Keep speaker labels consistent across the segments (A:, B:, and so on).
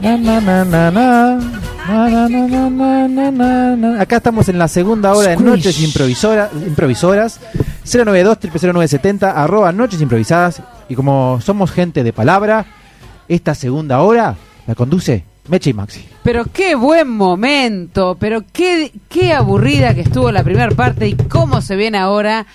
A: Na, na, na, na, na. Na, na, na, na, na, na, na, na. Acá estamos en la segunda hora de
B: Squish.
A: Noches Improvisora- Improvisoras. 092 0970 arroba Noches Improvisadas. Y como somos gente de palabra, esta segunda hora la conduce Meche y Maxi.
B: Pero qué buen momento, pero qué, qué aburrida que estuvo la primera parte y cómo se viene ahora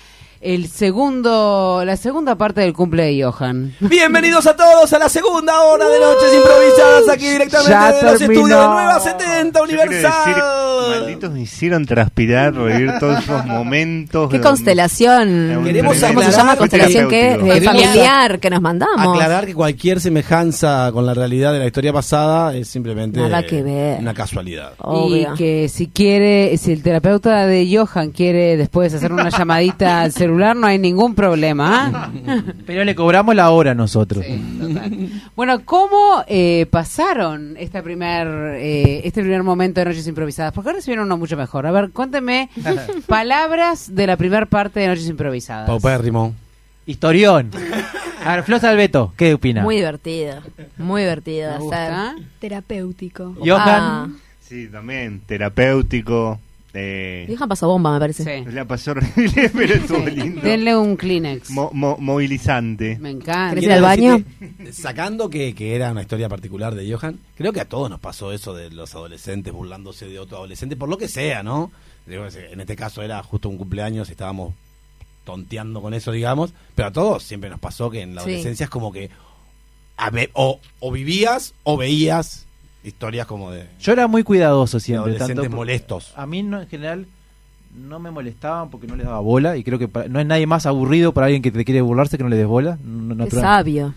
B: el segundo, la segunda parte del cumple de Johan.
C: Bienvenidos a todos a la segunda hora de Noches Improvisadas, aquí directamente
A: Ya
C: de los
A: terminó.
C: estudios de Nueva 70
D: Yo quiero decir,
C: Universal.
D: malditos me hicieron transpirar, revivir todos esos momentos.
E: ¿Qué
D: de-
E: constelación?
C: Queremos
E: ¿Cómo se
C: aclarar-
E: llama constelación que
D: Terapéutico.
E: eh,
F: Queremos
E: familiar que nos mandamos?
F: Aclarar que cualquier semejanza con la realidad de la historia pasada es simplemente
E: Nada que ver.
F: una casualidad.
E: Obvio.
B: Y que si quiere, si el terapeuta de Johan quiere después hacer una llamadita al celular, no hay ningún problema. ¿ah?
A: Pero le cobramos la hora nosotros.
B: Bueno, ¿cómo eh, pasaron esta primer, eh, este primer momento de Noches Improvisadas? Porque ahora se viene uno mucho mejor. A ver, cuénteme palabras de la primera parte de Noches Improvisadas.
F: Paupérrimo.
A: Historión. A ver, Flor Albeto, ¿qué opina?
E: Muy divertido. Muy divertido
B: Me
E: de
B: gusta.
E: hacer.
G: Terapéutico.
E: Ah,
A: Johan.
D: Sí, también, terapéutico. Eh,
E: Johan pasó bomba, me parece.
B: Sí.
D: la pasó horrible, pero estuvo lindo.
B: Denle un Kleenex.
D: Mo- mo- movilizante.
B: Me encanta.
E: ¿Querés ir al
F: Quiero
E: baño?
F: decirte, Sacando que, que era una historia particular de Johan, creo que a todos nos pasó eso de los adolescentes burlándose de otro adolescente, por lo que sea, ¿no? Digo, En este caso era justo un cumpleaños, estábamos tonteando con eso, digamos, pero a todos siempre nos pasó que en la
E: Sí.
F: adolescencia es como que a ve- o, o vivías o veías historias como de, de
A: Yo era muy cuidadoso siempre.
F: adolescentes
A: Tanto por-
F: molestos.
A: A mí no, en general no me molestaban porque no les daba bola y creo que para- no es nadie más aburrido para alguien que te quiere burlarse que no le des bola. No, no-
E: Qué sabio.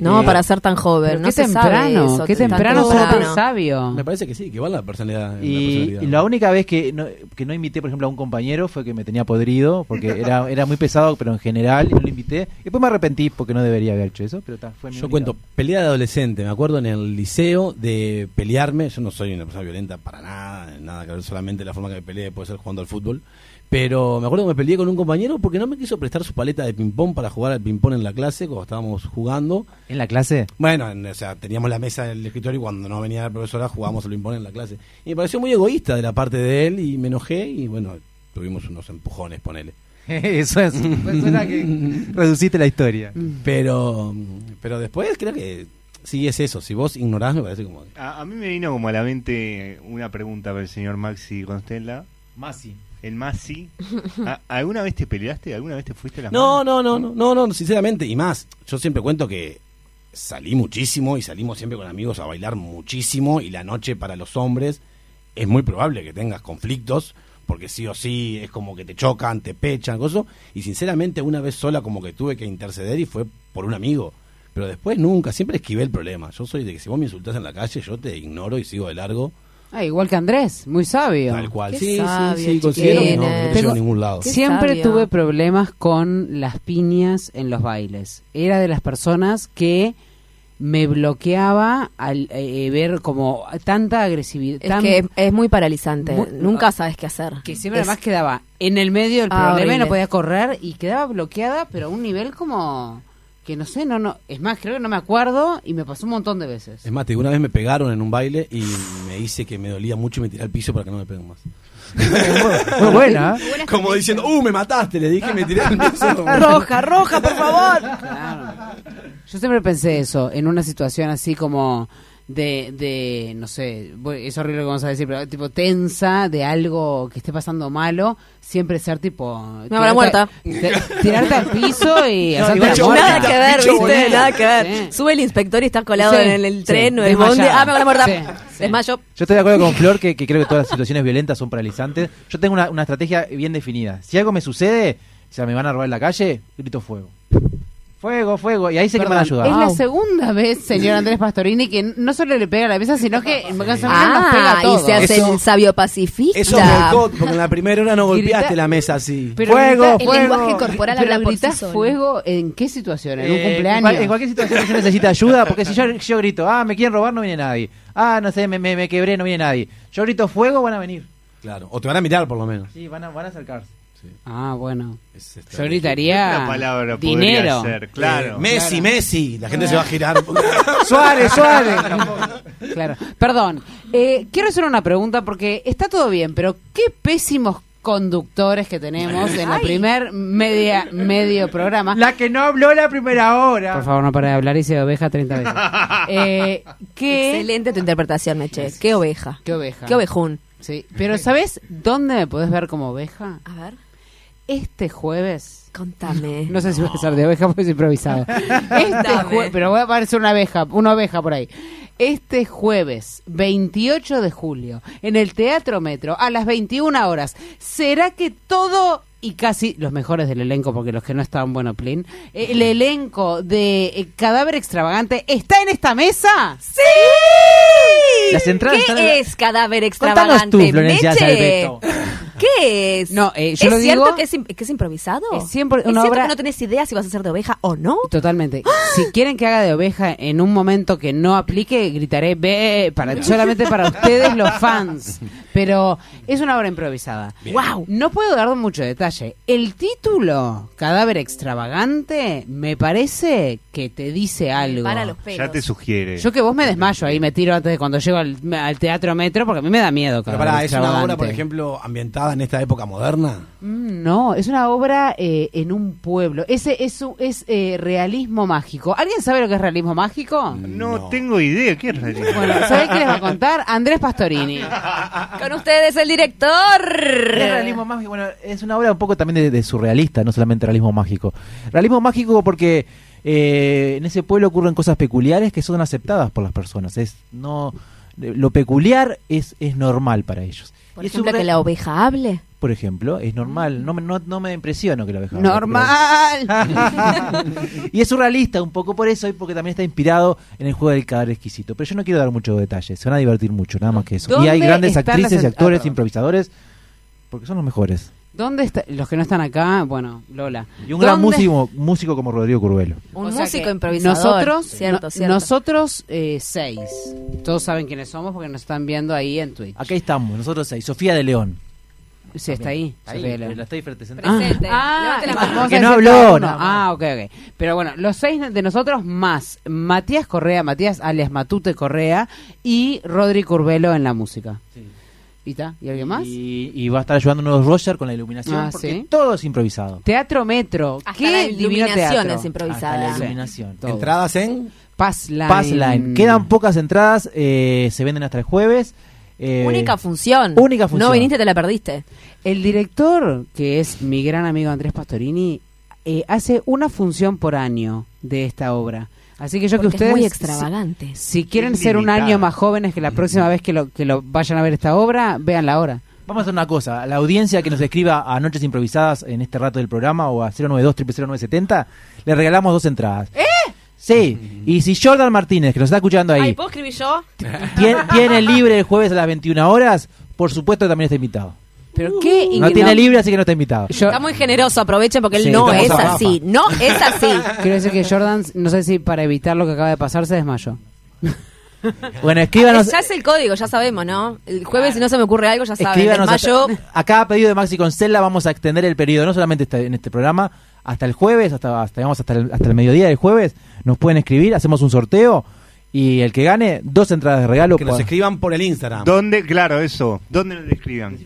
E: No, para ser tan joven.
B: Pero
E: no
B: qué
E: se sabe
B: temprano,
E: eso,
B: qué
E: tan
B: temprano sos tan
E: temprano.
B: sabio.
F: Me parece que sí, que va en la personalidad. en la
A: Y,
F: personalidad.
A: y la única vez que no, que no invité, por ejemplo, a un compañero fue que me tenía podrido porque era, era muy pesado, pero en general y no lo invité. Y después me arrepentí porque no debería haber hecho eso, pero ta, fue mi
F: Yo
A: única-
F: cuento pelea de adolescente, me acuerdo en el liceo de pelearme, yo no soy una persona violenta para nada, nada que ver, solamente la forma que me peleé puede ser jugando al fútbol, pero me acuerdo que me peleé con un compañero porque no me quiso prestar su paleta de ping-pong para jugar al ping-pong en la clase cuando estábamos jugando.
A: ¿En la clase?
F: Bueno, en- o sea, teníamos la mesa en el escritorio y cuando no venía la profesora jugábamos al ping-pong en la clase. Y me pareció muy egoísta de la parte de él y me enojé y bueno, tuvimos unos empujones, ponele.
A: eso es. Pues suena que reduciste la historia.
F: Pero, pero después creo que eh, sí es eso, si vos ignorás me parece como...
D: A, a mí me vino como a la mente una pregunta para el señor Maxi Constella.
A: Masi.
D: El Maxi. ¿A- ¿Alguna vez te peleaste? ¿Alguna vez te fuiste a la
F: No, no, no, no, no, no, sinceramente, y más, yo siempre cuento que salí muchísimo y salimos siempre con amigos a bailar muchísimo y la noche para los hombres es muy probable que tengas conflictos porque sí o sí es como que te chocan, te pechan, cosas, y sinceramente una vez sola como que tuve que interceder y fue por un amigo, pero después nunca, siempre esquivé el problema, yo soy de que si vos me insultás en la calle yo te ignoro y sigo de largo,
B: Ah, igual que Andrés, muy sabio.
F: tal cual,
E: Qué
F: sí, sí,
E: sabio,
F: sí, considero que no, no
E: chiquilines.
F: te llevo a
B: Tengo-
F: ningún lado.
E: Qué
B: Siempre
E: sabio.
B: tuve problemas con las piñas en los bailes. Era de las personas que me bloqueaba al eh, ver como tanta agresividad.
E: Es
B: tan-
E: que es, es muy paralizante.
B: Muy-
E: Nunca sabes qué hacer.
B: que siempre
E: Es-
B: además quedaba en el medio del
E: Ah,
B: problema y
E: horrible.
B: no podía correr y quedaba bloqueada, pero a un nivel como que no sé, no, no. Es más, creo que no me acuerdo y me pasó un montón de veces.
F: Es más, te digo, una vez me pegaron en un baile y me hice que me dolía mucho y me tiré al piso para que no me peguen más.
A: Muy buena. ¿eh?
F: Como diciendo, ¡uh, me mataste! Le dije, me tiré al piso.
E: Roja, roja, por favor.
B: Claro. Yo siempre pensé eso, en una situación así como de, de no sé, voy- es horrible lo que vamos a decir, pero tipo tensa de algo que esté pasando malo, siempre ser tipo...
E: Me habrá
B: tirarte-
E: muerta.
B: te- tirarte al piso y hacerte
A: igual
B: la
A: yo-
B: muerta.
E: Nada que ver,
B: Sí.
E: viste, nada que ver.
B: Sí.
E: Sube el inspector y estás colado
B: Sí,
E: en el
B: sí,
E: tren o en el
B: desmayada.
E: bonde. Ah, me van a
B: Sí,
E: morder.
B: sí.
E: Desmayo.
A: Yo estoy de acuerdo con Flor que, que creo que todas las situaciones violentas son paralizantes. Yo tengo una, una estrategia bien definida. Si algo me sucede, o sea, me van a robar en la calle, grito fuego. Fuego, fuego. Y ahí sé que me van a
B: Perdón,
A: ayudar. Ah.
B: Es la
A: Au.
B: segunda vez, señor Andrés Pastorini, que no solo le pega a la mesa, sino que en vacaciones nos pega a
E: Ah, y
B: todos.
E: se hace
F: Eso-
E: el sabio pacifista.
F: Eso me cot, porque en la primera hora no golpeaste
B: Grita-
F: la mesa así.
B: Pero
A: Fuego,
B: grita-
G: El lenguaje corporal
B: Pero
G: habla por sí
B: gritas
G: solo.
B: fuego en qué situación, en un
A: Eh, en
B: cumpleaños.
A: cual- en cualquier situación que yo necesite ayuda, porque si yo, yo grito, ah, me quieren robar, no viene nadie. Ah, no sé, me, me- me quebré, no viene nadie. Yo grito fuego, van a venir.
F: Claro, o te van a mirar por lo menos.
A: Sí, van a, van a acercarse.
B: Ah, bueno.
F: Es
B: Yo
F: estrategia. Eh,
B: gritaría.
D: Una palabra
B: dinero.
D: podría ser, claro.
F: Messi, Messi. La gente se va a girar.
A: Suárez, Suárez.
B: Claro. Perdón. Eh, quiero hacer una pregunta porque está todo bien, pero qué pésimos conductores que tenemos en la primer media medio programa.
A: La que no habló la primera
B: Por
A: hora.
B: favor, no para de hablar y se oveja 30 veces. Eh, ¿qué,
E: Excelente tu interpretación, Meche. Qué oveja.
B: qué oveja?
E: Qué ovejón.
B: Sí. Pero ¿sabes dónde me podés ver como oveja?
E: A ver,
B: Este jueves.
E: contame.
B: No sé si voy a ser de oveja porque es improvisado. Este
E: Dame.
B: jue- pero voy a aparecer una abeja, una oveja por ahí. Este jueves 28 de julio, en el Teatro Metro, a las 21 horas, será que todo y casi los mejores del elenco, porque los que no estaban, bueno, Plin, eh, el elenco de eh, Cadáver Extravagante está en esta mesa.
E: ¡Sí!
A: Las entradas están en la-
E: ¿Qué es cadáver
A: Contanos
E: extravagante?
A: tú, Florencia
E: Meche?
A: Salveto.
E: ¿Qué es?
B: No, eh, yo
E: ¿Es
B: lo
E: cierto
B: digo-
E: que es, im- que es improvisado?
B: Es siempre una
E: cierto
B: obra-
E: que no tenés idea si vas a ser de oveja o no?
B: Totalmente. Si quieren que haga de oveja en un momento que no aplique, gritaré ve para solamente para ustedes los fans. Pero es una obra improvisada.
E: ¡Wow!
B: No puedo dar mucho detalle. El título, Cadáver Extravagante, me parece que te dice algo.
E: Para los pelos.
D: Ya te sugiere.
B: Yo que vos me desmayo ahí, me tiro antes de cuando llego al, al teatro metro, porque a mí me da miedo.
F: Pero
B: Cadáver
F: pará, ¿es una obra,
B: Extravagante.
F: por ejemplo, ambientada en esta época moderna?
B: Mm, No, es una obra eh, en un pueblo. Ese es, un- es eh, realismo mágico. ¿Alguien sabe lo que es realismo mágico?
D: no, tengo idea. ¿Qué es realidad?
B: Bueno, ¿sabés qué les va a contar? Andrés Pastorini.
E: Con
B: eh.
E: ustedes el director.
A: Es realismo mágico, bueno, es una obra un poco también de, de surrealista, no solamente realismo mágico. Realismo mágico porque eh, en ese pueblo ocurren cosas peculiares que son aceptadas por las personas. Es no lo peculiar es, es normal para ellos.
E: Por
A: Y es
E: ejemplo,
A: un re-
E: que la oveja hable.
A: por ejemplo, es normal, no, me- no, no me impresiono que la oveja hable,
B: Normal.
A: pero- y es surrealista un poco por eso y porque también está inspirado en el juego del cadáver exquisito. Pero yo no quiero dar muchos detalles, se van a divertir mucho, nada más que eso. Y
B: ¿Dónde
A: hay grandes
B: están
A: actrices
B: las
A: y
B: en-
A: actores,
B: Ah, perdón.
A: improvisadores, porque son los mejores.
B: ¿Dónde están los que no están acá? Bueno, Lola.
A: Y un gran
B: ¿Dónde-
A: músico, músico como Rodrigo Curbelo.
E: Un
B: O sea
E: músico
B: que
E: improvisador.
B: Nosotros,
E: Cierto,
B: no-
E: cierto.
B: nosotros eh, seis. Todos saben quiénes somos porque nos están viendo ahí en Twitch.
A: Acá estamos, nosotros seis. Sofía de León.
B: Sí, está ahí. Sofía de León.
A: la estoy presentando.
B: Ah,
E: Presente.
B: ah,
E: Levante la
B: vamos
E: mano.
B: a
A: Que no
B: decir
A: habló,
B: cada uno.
A: no.
B: Ah, ok, ok. Pero bueno, los seis de nosotros más Matías Correa, Matías alias Matute Correa y Rodri Curbelo en la música. ¿Y está? ¿Y alguien más?
A: Y, y va a estar ayudándonos Roger con la iluminación
B: Ah,
A: porque
B: sí.
A: todo es improvisado.
B: Teatro Metro.
E: Hasta
B: ¿Qué
E: la
B: divino
E: iluminación
B: teatro?
E: es improvisada.
A: Hasta la iluminación.
B: Todo.
F: ¿Entradas en?
B: Pass Line.
A: Pass Line. Quedan pocas entradas, eh, se venden hasta el jueves. eh,
E: Única función.
A: Única función.
E: No viniste, te la perdiste.
B: El director, que es mi gran amigo Andrés Pastorini, eh, hace una función por año de esta obra. Así que yo
E: Porque
B: que ustedes...
E: es muy
B: si-
E: extravagante.
B: Si quieren
D: Qué
B: ser un
D: limitada.
B: año más jóvenes que la próxima vez que lo, que lo vayan a ver esta obra, vean la hora.
A: Vamos a hacer una cosa. La audiencia que nos escriba a Noches Improvisadas en este rato del programa o a 092-000970, le regalamos dos entradas. ¿Eh? Sí. Y si Jordan Martínez, que nos está escuchando ahí,
E: ¿puedo escribir yo?
A: tiene, tiene libre el jueves a las 21 horas, por supuesto que también está invitado.
B: Pero qué
A: No
B: igno-
A: tiene libre, así que no está invitado.
B: Yo-
E: Está muy generoso, aprovechen porque él
A: Sí,
E: no
A: estamos
E: es
A: a Rafa.
E: así. No es así.
B: Quiero decir que Jordan, no sé si para evitar lo que acaba de pasar, se desmayó. Ah,
A: Bueno, escríbanos.
E: Ya es el código, ya sabemos, ¿no? El jueves, si no se me ocurre algo, ya saben. En
A: Escríbanos
E: mayo,
A: hasta- a cada pedido de Maxi Concella vamos a extender el periodo, no solamente esta- en este programa, hasta el jueves, hasta, hasta, digamos, hasta, el, hasta el mediodía del jueves, nos pueden escribir, hacemos un sorteo y el que gane, dos entradas de regalo.
F: Que nos
A: pa-
F: escriban por el Instagram.
D: ¿Dónde? Claro, eso. ¿Dónde nos escriban?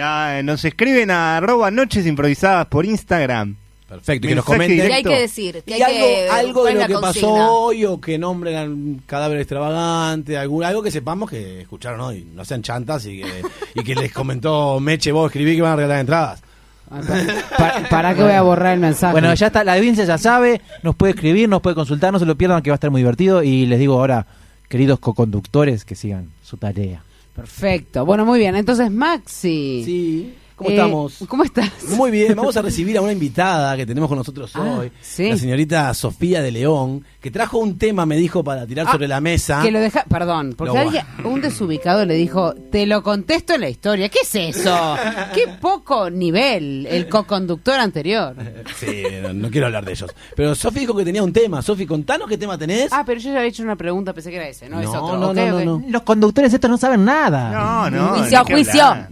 D: Ah, nos escriben a arroba noches improvisadas por Instagram.
F: Perfecto, y que nos
D: Mensaje
F: comenten.
E: ¿qué hay
D: directo.
E: que decir? ¿Qué
F: Y
E: hay que-
F: algo, algo
E: cuál
F: de
E: es
F: lo
E: la
F: que pasó
E: consigna?
F: hoy o que nombren a un cadáver extravagante, algún, algo que sepamos que escucharon hoy. No sean chantas y que, y que les comentó Meche, vos escribí que van a regalar entradas.
B: Ah, pa- pa- para que voy a borrar el mensaje.
A: Bueno, ya está, la audiencia ya sabe, nos puede escribir, nos puede consultar, no se lo pierdan que va a estar muy divertido y les digo ahora, queridos coconductores, que sigan su tarea.
B: Perfecto. Bueno, muy bien. Entonces, Maxi.
F: Sí, ¿cómo
B: eh,
F: estamos?
B: ¿Cómo estás?
F: Muy bien, vamos a recibir a una invitada que tenemos con nosotros
B: Ah,
F: hoy,
B: sí.
F: la señorita Sofía de León, que trajo un tema, me dijo, para tirar sobre la mesa.
B: Que lo deja, perdón, porque
F: No,
B: alguien- un desubicado le dijo, te lo contesto en la historia. ¿Qué es eso? Qué poco nivel el co-conductor anterior.
F: Sí, no, no quiero hablar de ellos. Pero Sofi dijo que tenía un tema. Sofi, contanos qué tema tenés.
B: Ah, pero yo ya había hecho una pregunta, pensé que era ese, no, es
F: No,
B: otro.
F: no,
B: Ok,
F: no, no,
B: ok.
F: no.
A: Los conductores estos no saben nada.
D: No, no.
E: Juicio,
D: ni que
E: juicio.
D: hablar.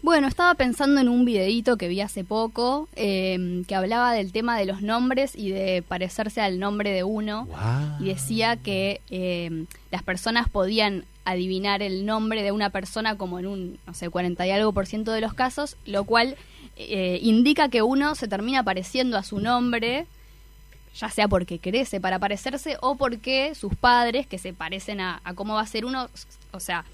G: Bueno, estaba pensando en un videíto que vi hace poco eh, que hablaba del tema de los nombres y de parecerse al nombre de uno. Y decía que eh, las personas podían adivinar el nombre de una persona como en un, no sé, 40 y algo por ciento de los casos, lo cual eh, indica que uno se termina pareciendo a su nombre, ya sea porque crece para parecerse o porque sus padres, que se parecen a, a cómo va a ser uno, o sea,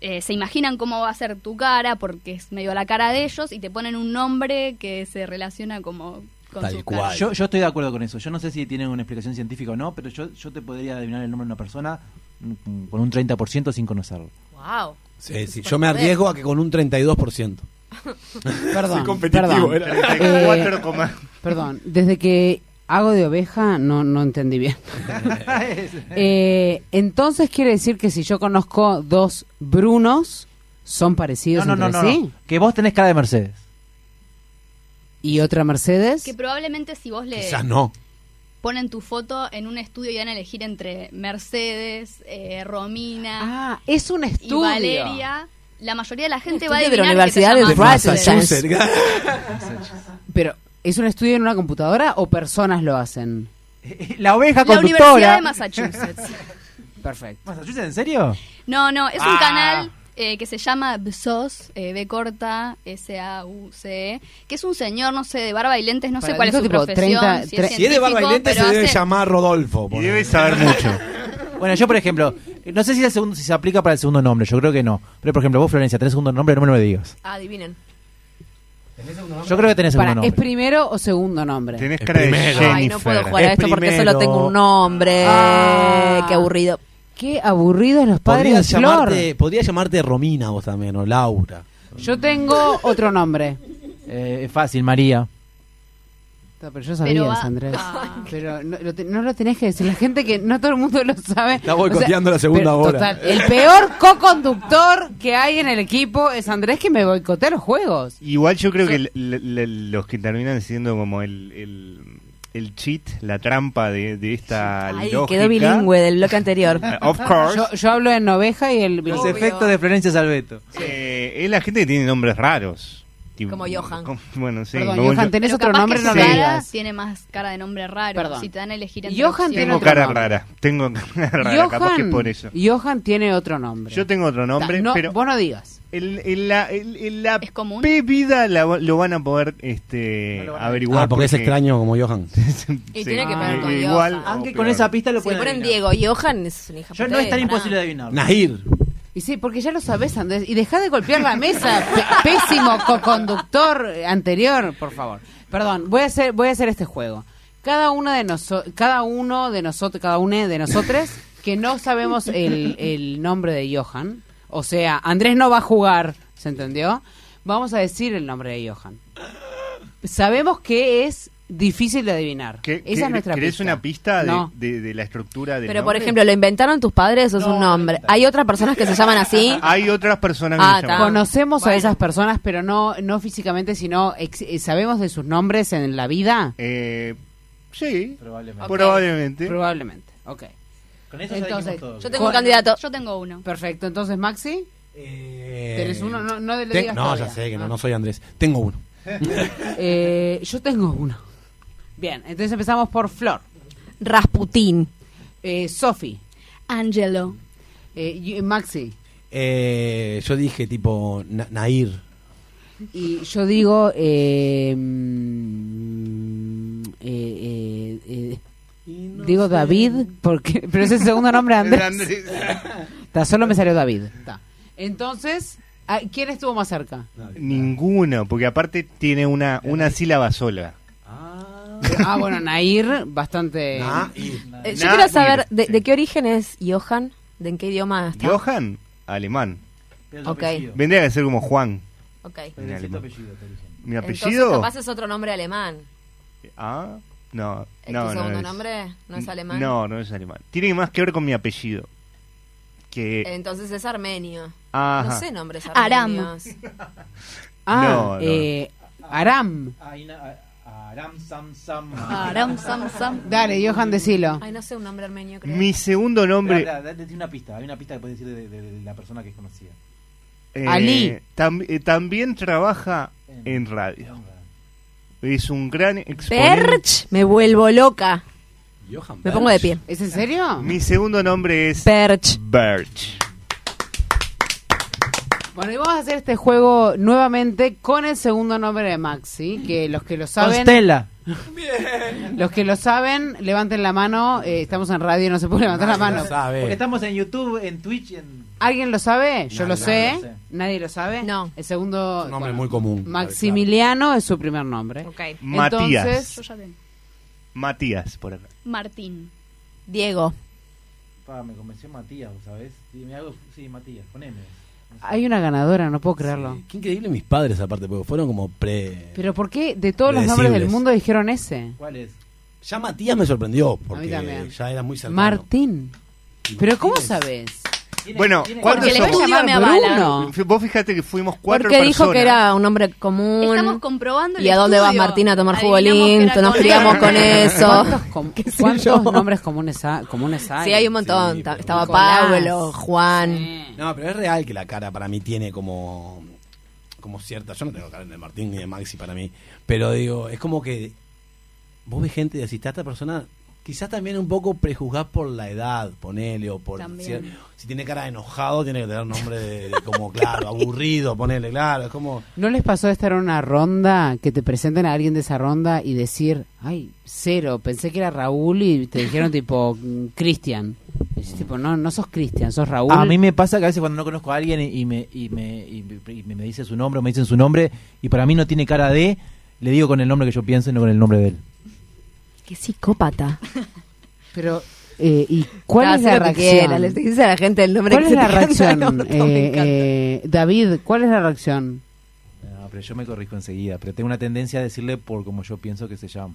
G: eh, se imaginan cómo va a ser tu cara porque es medio la cara de ellos y te ponen un nombre que se relaciona como con
F: Tal
G: su
F: cual.
G: cara.
A: Yo, yo estoy de acuerdo con eso. Yo no sé si tienen una explicación científica o no, pero yo, yo te podría adivinar el nombre de una persona mm, con un 30% sin conocerlo.
E: Wow.
F: Sí, sí, Eh, yo me arriesgo a que con un 32%.
B: Perdón.
F: competitivo,
B: perdón. Eh,
D: 34, coma-
B: Perdón, desde que hago de oveja no, no entendí bien. Eh, entonces quiere decir que si yo conozco dos Brunos, son
A: No,
B: parecidos
A: no, no,
B: entre
A: no,
B: sí.
A: no. Que vos tenés cara de Mercedes.
B: Y otra Mercedes.
G: Que eh, probablemente si vos le...
F: Quizás no.
G: ponen tu foto en un estudio y van a elegir entre Mercedes, eh, Romina
B: Ah, es un
G: y
B: estudio.
G: Valeria. La mayoría de la gente va a
E: estudio de la Universidad
G: adivinar que te
E: de
G: llamas
B: Massachusetts.
G: Mercedes.
B: Pero, ¿es un estudio en una computadora o personas lo hacen?
A: La oveja
G: La Universidad
A: conductora.
G: de Massachusetts.
B: Perfecto.
A: ¿Massachusetts, en serio?
G: No, no, es un
A: Ah.
G: canal eh, que se llama BSOS, eh, B corta, S-A-U-C, E, que es un señor, no sé, de barba y lentes, no
B: Para
G: sé cuál es
B: mí
G: su
B: son tipo
G: profesión.
B: 30,
G: si
B: tre-
G: es,
F: Si es de barba y
G: científico,
F: lentes, se
G: pero
F: debe
G: hace-
F: llamar Rodolfo.
D: Y
F: por
D: debes saber mucho.
A: Bueno, yo por ejemplo, no sé si, el segundo, si se aplica para el segundo nombre, yo creo que no. Pero por ejemplo, vos Florencia, tenés segundo nombre, no me lo digas.
E: Ah, Adivinen.
A: Yo creo que tenés segundo
B: Para,
A: nombre.
B: ¿Es primero o segundo nombre?
D: Tenés
F: El
D: cara de
F: primero.
D: Jennifer.
E: Ay, no puedo jugar
F: Es
E: a esto porque
F: primero.
E: solo tengo un nombre.
B: Ah.
E: Qué aburrido.
B: Qué aburridos los padres de
F: Podrías
B: Flor.
F: llamarte, podrías llamarte Romina vos también, o Laura.
B: Yo tengo otro nombre.
A: Eh, es fácil, María.
B: No, pero yo sabía
G: Pero va-
B: eso, Andrés.
G: Ah.
B: Pero no lo, te- no lo tenés que decir. La gente que no todo el mundo lo sabe.
F: Está boicoteando la segunda
B: pero,
F: hora.
B: total, el peor co-conductor que hay en el equipo es Andrés que me boicotea los juegos.
D: Igual yo creo que l- l- l- los que terminan siendo como el, el, el cheat, la trampa de, de esta
E: Ay,
D: lógica.
E: quedó bilingüe del bloque anterior.
D: Eh, Of course.
B: Yo, yo hablo en oveja y el...
A: Los
E: Obvio.
A: efectos de Florencia Salveto.
D: eh, es la gente que tiene nombres raros. Tipo-
E: Como Johan.
D: como- bueno, sí.
B: Perdón,
D: como
B: Johan,
D: yo-
B: tenés
G: pero
B: otro
G: capaz
B: nombre,
G: que
B: no
G: su
B: lo
G: cara
B: digas.
G: Tiene más cara de nombre raro.
B: Perdón.
G: Si te dan a elegir entre
B: Johan
G: opciones.
B: tiene
D: tengo
B: otro
D: cara
B: nombre.
D: rara. Tengo cara rara, capaz que
B: Johan,
D: por eso.
B: Johan tiene otro nombre.
D: Yo tengo otro nombre,
B: Ta- no,
D: pero
B: Vos no digas.
D: en, en la, en- en la
G: ¿Es común?
D: P vida la- lo van a poder este, averiguar.
F: Ah, porque es extraño como Johan.
E: Y
D: Sí, Ah,
E: tiene que ver con
D: igual,
E: Johan.
D: o
A: Aunque con
D: peor.
A: esa pista lo
E: Si le
A: pueden
E: ponen
A: adivinar.
E: Diego y Johan es una hija
A: Yo, no es tan
E: putada.
A: imposible de adivinar.
F: Nahir.
B: Y sí, porque ya lo sabés, Andrés. Y deja de golpear la mesa. P- Pésimo co-conductor anterior, por favor. Perdón, voy a hacer, voy a hacer este juego. Cada uno de nosotros, cada uno de nosotros, cada uno de nosotros, que no sabemos el, el nombre de Johan. O sea, Andrés no va a jugar, ¿se entendió? Vamos a decir el nombre de Johan. Sabemos que es difícil de adivinar.
D: ¿Qué- qué-
B: Esa es nuestra
D: ¿Querés
B: pista.
D: una pista de,
B: No.
D: de- de la estructura del
E: Pero por
D: nombre?
E: ejemplo, ¿lo inventaron tus padres o es un nombre? ¿Hay otras personas que se llaman así?
D: Hay otras personas que
E: Ah,
D: se
E: ta.
D: llaman-
B: Conocemos a
E: Bueno.
B: esas personas, pero no, no físicamente, sino ex- eh, sabemos de sus nombres en la vida.
D: Eh, sí,
A: Probablemente.
E: Ok.
D: probablemente.
B: Probablemente. Ok.
A: Con eso
B: Entonces,
A: Entonces, todo.
E: Yo tengo un
B: Con-
E: candidato.
G: Yo tengo uno.
B: Perfecto. Entonces, Maxi, tenés uno. No, no le
F: Ten-
B: digas
F: Eh, no,
B: todavía.
F: ya sé que no,
B: Ah.
F: no soy Andrés. Tengo uno.
B: Eh, yo tengo uno. Bien, entonces empezamos por Flor.
E: Rasputín.
B: Eh, Sofi.
G: Angelo.
B: Eh, y- Maxi.
F: Eh, yo dije tipo Na- Nair.
B: Y yo digo. eh, mm, eh, eh, eh, digo David, porque, pero es el segundo nombre de Andrés.
D: Andrés.
B: Ta, solo me salió David. Ta. Entonces, ¿a- ¿quién estuvo más cerca?
D: Ninguno, porque aparte tiene una, una sílaba sola.
B: Ah, bueno, Nair, bastante.
F: Nair.
E: Eh, yo
D: Nah,
E: quiero saber de,
D: mira.
E: de qué origen es Johan, de en qué idioma está.
D: Johan, alemán.
E: Ah. Ok.
D: Vendría a ser como Juan.
E: Ok.
D: en alemán. Mi
E: Entonces,
D: apellido.
E: capaz es otro nombre alemán.
D: Ah, no.
E: ¿Es tu
D: No, no
E: segundo
D: es.
E: nombre? ¿No es alemán?
D: No, no es alemán. Tiene más que ver con mi apellido. Que.
E: Entonces es armenio.
D: Eh. ajá.
E: No sé nombres
G: Aram.
E: armenios.
B: Ah,
D: No, no.
B: eh, Aram.
G: Aram, Sam, Sam.
B: Dale, Johan, decilo.
E: Ay, no sé un nombre armenio, creo.
D: Mi segundo nombre.
A: una pista, hay una pista que puedes decir de, la persona que es conocida.
D: eh,
B: Ali.
D: tam- eh, también trabaja en radio. Es un gran exponente.
E: Perch, me vuelvo loca.
F: Johan
E: Me pongo de pie.
B: ¿Es en serio?
D: Mi segundo nombre es
E: Perch.
D: Birch.
B: Bueno, y vamos a hacer este juego nuevamente con el segundo nombre de Maxi, que los que lo saben,
A: Constela.
B: los que lo saben, levanten la mano, eh, estamos en radio, no se puede levantar la mano.
F: Lo sabe.
A: Porque estamos en YouTube, en Twitch, en... Ah,
B: ¿Alguien lo sabe? Yo
F: No,
B: lo
F: no,
B: sé.
A: no sé.
B: ¿Nadie lo sabe?
E: No.
B: El segundo...
F: Es un nombre
B: bueno,
F: muy común.
B: Maximiliano es su primer nombre.
E: Ok.
D: Matías.
G: Yo ya tengo.
D: Matías, por acá.
G: Martín.
E: Diego.
A: Pa, me convenció Matías, ¿sabes? Sí, me hago... sí Matías, poneme.
B: Hay una ganadora, no puedo creerlo.
F: Sí, Qué increíble mis padres aparte, porque fueron como pre...
B: Pero ¿por qué de todos los nombres del
F: Predecibles.
B: mundo dijeron ese?
A: ¿Cuál es?
F: Ya Matías me sorprendió,
B: A mí también.
F: porque ya era muy cercano.
B: Martín. Pero ¿cómo
F: Martínez.
B: sabes?
D: Bueno, ¿cuántos
E: Porque el
B: Porque
D: somos?
E: estudio me avala.
B: Bruno.
D: F- Vos fijate que fuimos cuatro
E: Porque
D: personas.
E: dijo que era un hombre común.
G: Estamos comprobando el
E: ¿Y a dónde vas,
G: estudio.
E: Martín, a tomar jugo
G: Adivinamos que era
E: lindo? Nos
G: con
E: criamos
G: él.
E: con eso.
B: ¿Cuántos, com- cuántos nombres comunes, ha- comunes hay?
E: Sí, hay un montón.
F: Sí,
E: Ta-
F: pero-
E: Estaba
B: Nicolás.
E: Pablo, Juan.
B: Sí.
F: No, pero es real que la cara para mí tiene como como cierta, yo no tengo cara de Martín ni de Maxi para mí, pero digo, es como que vos ves gente y decís, "Está esta persona quizás también un poco prejuzgás por la edad, ponele o por si,
G: También.
F: si tiene cara de enojado, tiene que tener nombre de, de como claro, aburrido, ponele, claro, es como
B: ¿No les pasó de estar en una ronda que te presenten a alguien de esa ronda y decir, ay, cero, pensé que era Raúl y te dijeron tipo, mm, Cristian? Y decís, tipo, no, no sos Cristian, sos Raúl.
A: A mí me pasa que a veces cuando no conozco a alguien y, y me, y, me, y me- y me dice su nombre o me dicen su nombre y para mí no tiene cara de, le digo con el nombre que yo pienso y no con el nombre de él.
E: Qué psicópata.
B: Pero, eh, ¿y cuál
E: Cada
B: es
E: hace
B: la
E: lo que
B: reacción?
E: quiera, Les dice a la gente el nombre
B: ¿Cuál
E: que
B: es
E: se
B: la
E: te canta
B: reacción?
E: al orto, me
B: Eh,
E: encanta.
B: eh, David, ¿cuál es la reacción?
A: No, pero yo me corrijo enseguida, pero tengo una tendencia a decirle por como yo pienso que se llama.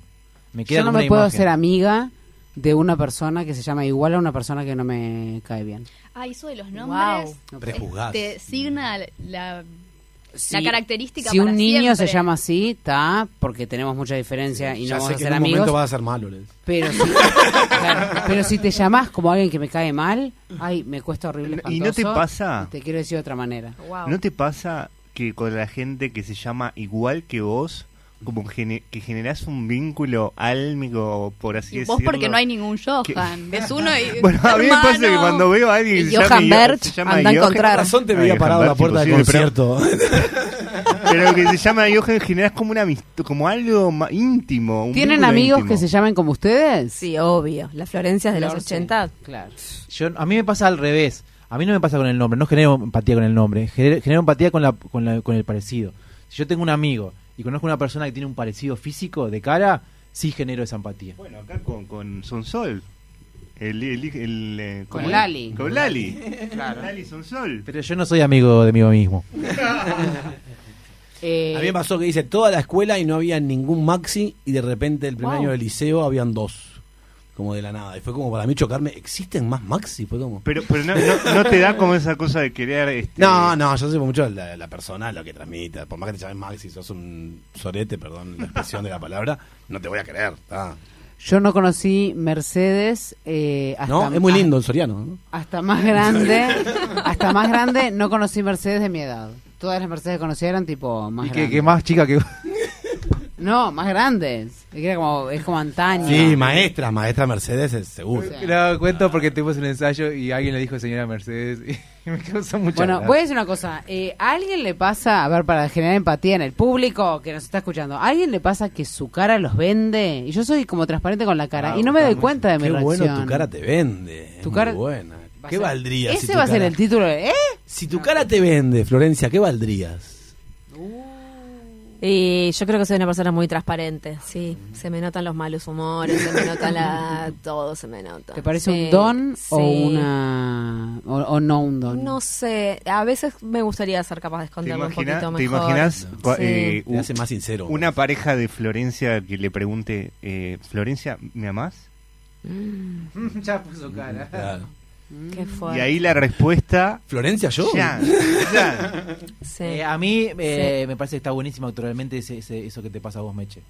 A: Me queda
B: Yo no
A: como
B: me
A: una
B: puedo
A: imagen.
B: hacer amiga de una persona que se llama igual a una persona que no me cae bien.
G: Ah, eso de los nombres.
B: No puedo.
F: prejuzgás.
G: Te signa la, la
B: Si-
G: característica
B: Si
G: para
B: un niño se
G: siempre.
B: llama así, está, porque tenemos mucha diferencia y no
F: ya
B: vamos
F: sé
B: a
F: que
B: ser
F: en un
B: amigos.
F: momento vas a ser malo. les-
B: Pero si, claro, pero si te llamas como alguien que me cae mal, ay, me cuesta horrible.
D: No, ¿y no te
B: espantoso,
D: pasa?
B: y Te quiero decir de otra manera.
E: Wow.
D: ¿No te pasa que con la gente que se llama igual que vos, como gene- que generás un vínculo álmico, por así
G: Y
D: decirlo?
G: vos porque no hay ningún Johan. Es uno y.
D: Bueno, a mí me pasa que
G: hermano.
D: cuando veo a alguien que
E: Y
D: se llama
E: Johan
D: Io-
E: Berch,
D: se llama
E: anda a
D: Johan-
E: encontrar. Claro.
F: Razón te
D: Ay,
F: veía
D: Johan
F: parado a la
D: Berch,
F: puerta del
D: imposible, pero-
F: concierto.
D: Pero que se llama Johan generás como una amist- como algo ma- íntimo. un
B: ¿Tienen
D: vínculo
B: amigos
D: íntimo.
B: que se llamen como ustedes?
E: Sí, obvio. Las Florencias de los
B: Flor, sí.
E: 80.
B: Claro.
A: Yo- a mí me pasa al revés. A mí no me pasa con el nombre, no genero empatía con el nombre, genero, genero empatía con, la, con, la- con el parecido. Si yo tengo un amigo y conozco una persona que tiene un parecido físico de cara, sí genero esa empatía.
D: Bueno, acá con, con Sonsol. El, el, el, eh,
B: Con
D: ¿cómo es?
B: Lali.
D: Con Lali. Lali Sonsol.
A: Pero yo no soy amigo de mí mismo.
B: Eh,
F: A mí me pasó que hice toda la escuela y no había ningún maxi y de repente el primer
B: Wow.
F: año del liceo habían dos, como de la nada. Y fue como para mí chocarme, ¿existen más maxi? Fue como...
D: Pero, pero no, no, no te da como esa cosa de querer... Este,
F: No, no, yo sé mucho la, la persona, lo que transmite. Por más que te llames maxi, sos un sorete, perdón la expresión de la palabra, no te voy a querer. ta.
B: Yo no conocí Mercedes eh, hasta,
F: No, es muy lindo el soriano. ¿no?
B: hasta más grande. hasta más grande no conocí Mercedes de mi edad. Todas las Mercedes que conocí eran tipo más
A: y que,
B: grandes.
A: que más chica que
B: No, más grandes. Es que era como, es como antaño.
F: Sí, maestra, maestra Mercedes, es seguro.
A: No, cuento porque tuvimos un ensayo y alguien le dijo señora Mercedes y me causó mucha
B: Bueno,
A: gracia.
B: voy a decir una cosa. Eh, ¿A alguien le pasa, a ver, para generar empatía en el público que nos está escuchando, ¿a alguien le pasa que su cara los vende? Y yo soy como transparente con la cara
A: Ah,
B: y no me doy
A: estamos-
B: cuenta de mi
F: Qué
B: reacción.
F: bueno, tu cara te vende.
B: Tu
F: Tu
B: cara-
F: cara... buena.
B: Va a
F: ¿Qué
B: ser-
F: valdría
B: Ese
F: si tu
B: va a ser
F: cara-
B: el título. de- ¿Eh?
F: Si tu cara te vende, Florencia, ¿qué valdrías?
E: Y yo creo que soy una persona muy transparente. Sí, se me notan los malos humores, se me nota la. Todo se me nota.
B: ¿Te parece
E: Sí,
B: un don
E: sí.
B: o una o, o no un don?
E: No sé, a veces me gustaría ser capaz de
D: ¿Te,
E: esconderlo un
D: imagina,
E: poquito mejor.
D: ¿Te imaginas cua-
E: Sí.
D: eh,
F: Te hace más sincero.
D: una pareja de Florencia que le pregunte, eh, Florencia, ¿me amás?
B: pues-
A: ya puso cara.
F: Claro.
E: Qué
D: Y
E: fuerte.
D: ahí la respuesta...
F: Florencia, yo.
D: Ya, ya.
E: Sí.
A: Eh, a mí eh, me parece que está buenísimo autoralmente ese- ese- eso que te pasa a vos, Meche.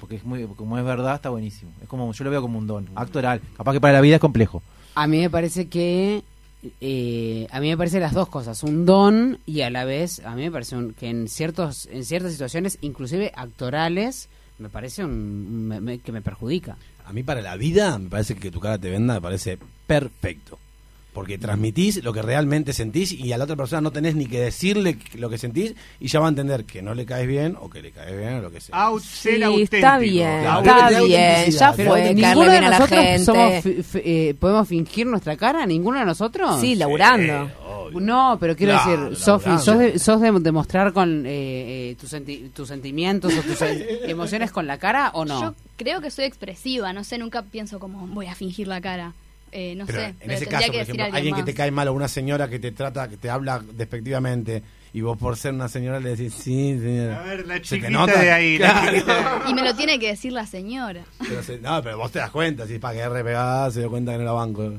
A: Porque es muy, como es verdad, está buenísimo. Es como, yo lo veo como un don, actoral. Capaz que para la vida es complejo.
B: A mí me parece que eh, a mí me parece las dos cosas, un don y a la vez, a mí me parece un- que en ciertos en ciertas situaciones, inclusive actorales, me parece un, me- me- que me perjudica.
F: A mí para la vida me parece que tu cara te venda me parece perfecto. Porque transmitís lo que realmente sentís y a la otra persona no tenés ni que decirle lo que sentís y ya va a entender que no le caes bien o que le caes bien o lo que sea.
D: Out,
E: Sí,
D: Ah, ser auténtico.
E: está bien,
F: Claro.
E: está
F: Pero
E: bien. Ya
F: autenticidad,
E: fue,
B: ninguno
E: Carla
B: de
E: bien a la
B: nosotros
E: gente.
B: somos fi- fi- eh, podemos fingir nuestra cara, ninguno de nosotros.
E: sí, laburando.
F: Obvio.
B: No, pero quiero
F: Claro,
B: decir,
F: laburando.
B: Sofi, sos de, sos de demostrar con eh, eh, tus, senti- tus sentimientos o tus eh, emociones con la cara o no.
G: Yo creo que soy expresiva, no sé, nunca pienso como voy a fingir la cara. Eh, no
F: Pero
G: sé,
F: en
G: pero
F: ese
G: tendría
F: caso,
G: que
F: por
G: decir
F: ejemplo,
G: a
F: alguien que
G: más.
F: te cae mal o una señora que te trata, que te habla despectivamente y vos por ser una señora le decís, sí, señora.
D: A ver, la
F: ¿Se te
D: chiquita
F: nota?
D: de ahí. la
F: Claro.
D: chiquita de ahí.
G: Y me lo tiene que decir la señora.
F: Pero se- no, pero vos te das cuenta, si es para que re pegada se dio cuenta que no la banco.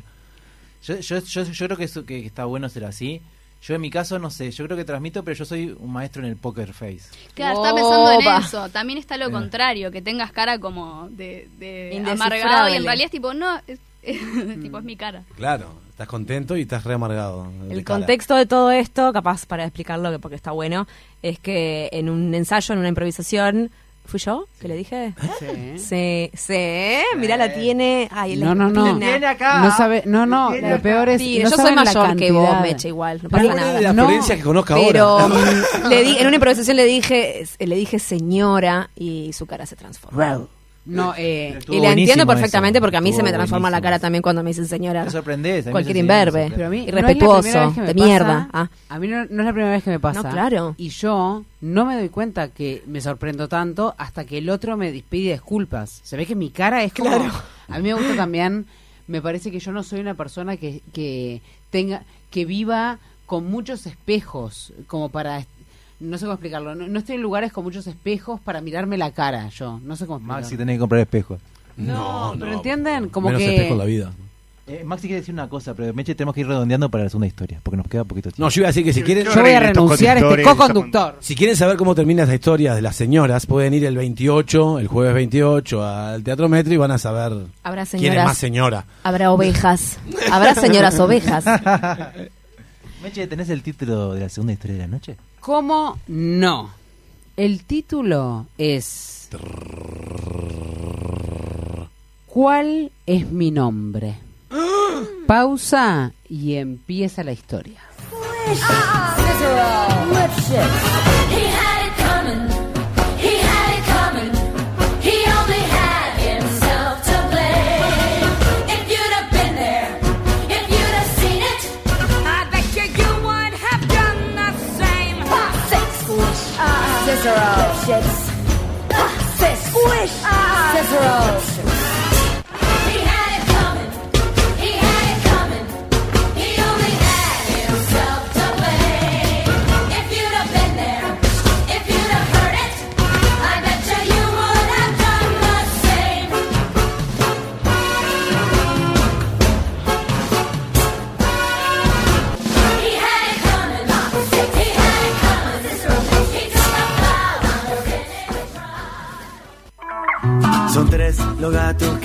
A: Yo, yo, yo, yo creo que, eso- que está bueno ser así. Yo en mi caso no sé, yo creo que transmito, pero yo soy un maestro en el poker face.
G: Claro, está pensando en
E: Opa.
G: eso. También está lo contrario, que tengas cara como de, de
E: Indescifrable.
G: amargado y en realidad es tipo, no, es, es tipo, es mi cara.
F: Claro, estás contento y estás re amargado. de
E: El
F: cara.
E: contexto de todo esto, capaz para explicarlo, que porque está bueno, es que en un ensayo, en una improvisación, ¿fui yo que le dije?
B: Sí.
E: Sí, sí, mirá, la tiene. Ay, la
B: No, no, no.
E: tiene.
B: Tiene No sabe, no, no, lo peor es
E: Sí,
B: no
E: yo soy
B: saben la
E: mayor que vos,
B: cantidad.
E: Meche, igual, no
F: Pero
E: pasa
F: ¿cuál es
E: nada.
F: la
B: No,
F: experiencia que conozco
E: Pero
F: ahora.
E: mm, le di, en una improvisación le dije, le dije señora y su cara se transformó.
B: No, eh,
A: Estuvo
E: Y la entiendo
A: buenísimo
E: perfectamente
A: eso.
E: porque a mí se me
A: Estuvo
E: transforma la
A: buenísimo.
E: cara también cuando me dicen señora.
A: Te sorprendés. a mí
E: Cualquier
A: me sorprende, me
E: imberbe.
A: sorprende.
B: pero a mí no es la
E: Irrespetuoso,
B: primera vez que me
E: de
B: pasa.
E: mierda. Ah.
B: A mí no, no es la primera vez que me pasa.
E: No, claro.
B: Y yo no me doy cuenta que me sorprendo tanto hasta que el otro me dis- pide disculpas. Se ve que mi cara es como... A mí me gusta también, me parece que yo no soy una persona que, que tenga, que viva con muchos espejos, como para... No sé cómo explicarlo. No, no estoy en lugares con muchos espejos para mirarme la cara yo. No sé cómo explicarlo.
A: Maxi, tenés que comprar espejos.
B: No, pero ¿entienden? Como
F: Menos
B: que-
F: espejo en la vida.
A: Eh, Maxi quiere decir una cosa, pero Meche tenemos que ir redondeando para la segunda historia, porque nos queda poquito tiempo.
F: No, yo iba a decir que si quieren,
D: Yo
B: Yo voy a
D: Estos
B: renunciar a este
D: conductores,
B: co-conductor.
F: si quieren saber cómo termina esta historia de las señoras, pueden ir el 28, el jueves 28 al Teatro Metro y van a saber
E: Habrá
F: quién es más
E: señoras,
F: señora.
E: habrá ovejas, habrá señoras ovejas.
A: Meche, ¿tenés el título de la segunda historia de la noche?
B: ¿Cómo no? El título es. ¿Cuál es mi nombre? Pausa y empieza la historia.
H: He had it coming. He had it coming. He only had himself to blame. If you'd have been there, if you'd have seen it, I bet you you would have done the same. Six squish, Cicero. Six squish, Cicero. He had it coming. He had it coming. He only had himself to blame. If you'd have been there, if you'd have heard it, I bet you you would have done the same. He had it coming. He had it coming. He took a flower and it cried.
I: Son tres los gatos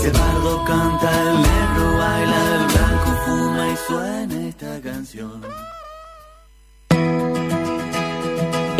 I: Si el pardo canta, el negro baila, el blanco fuma y suena esta canción.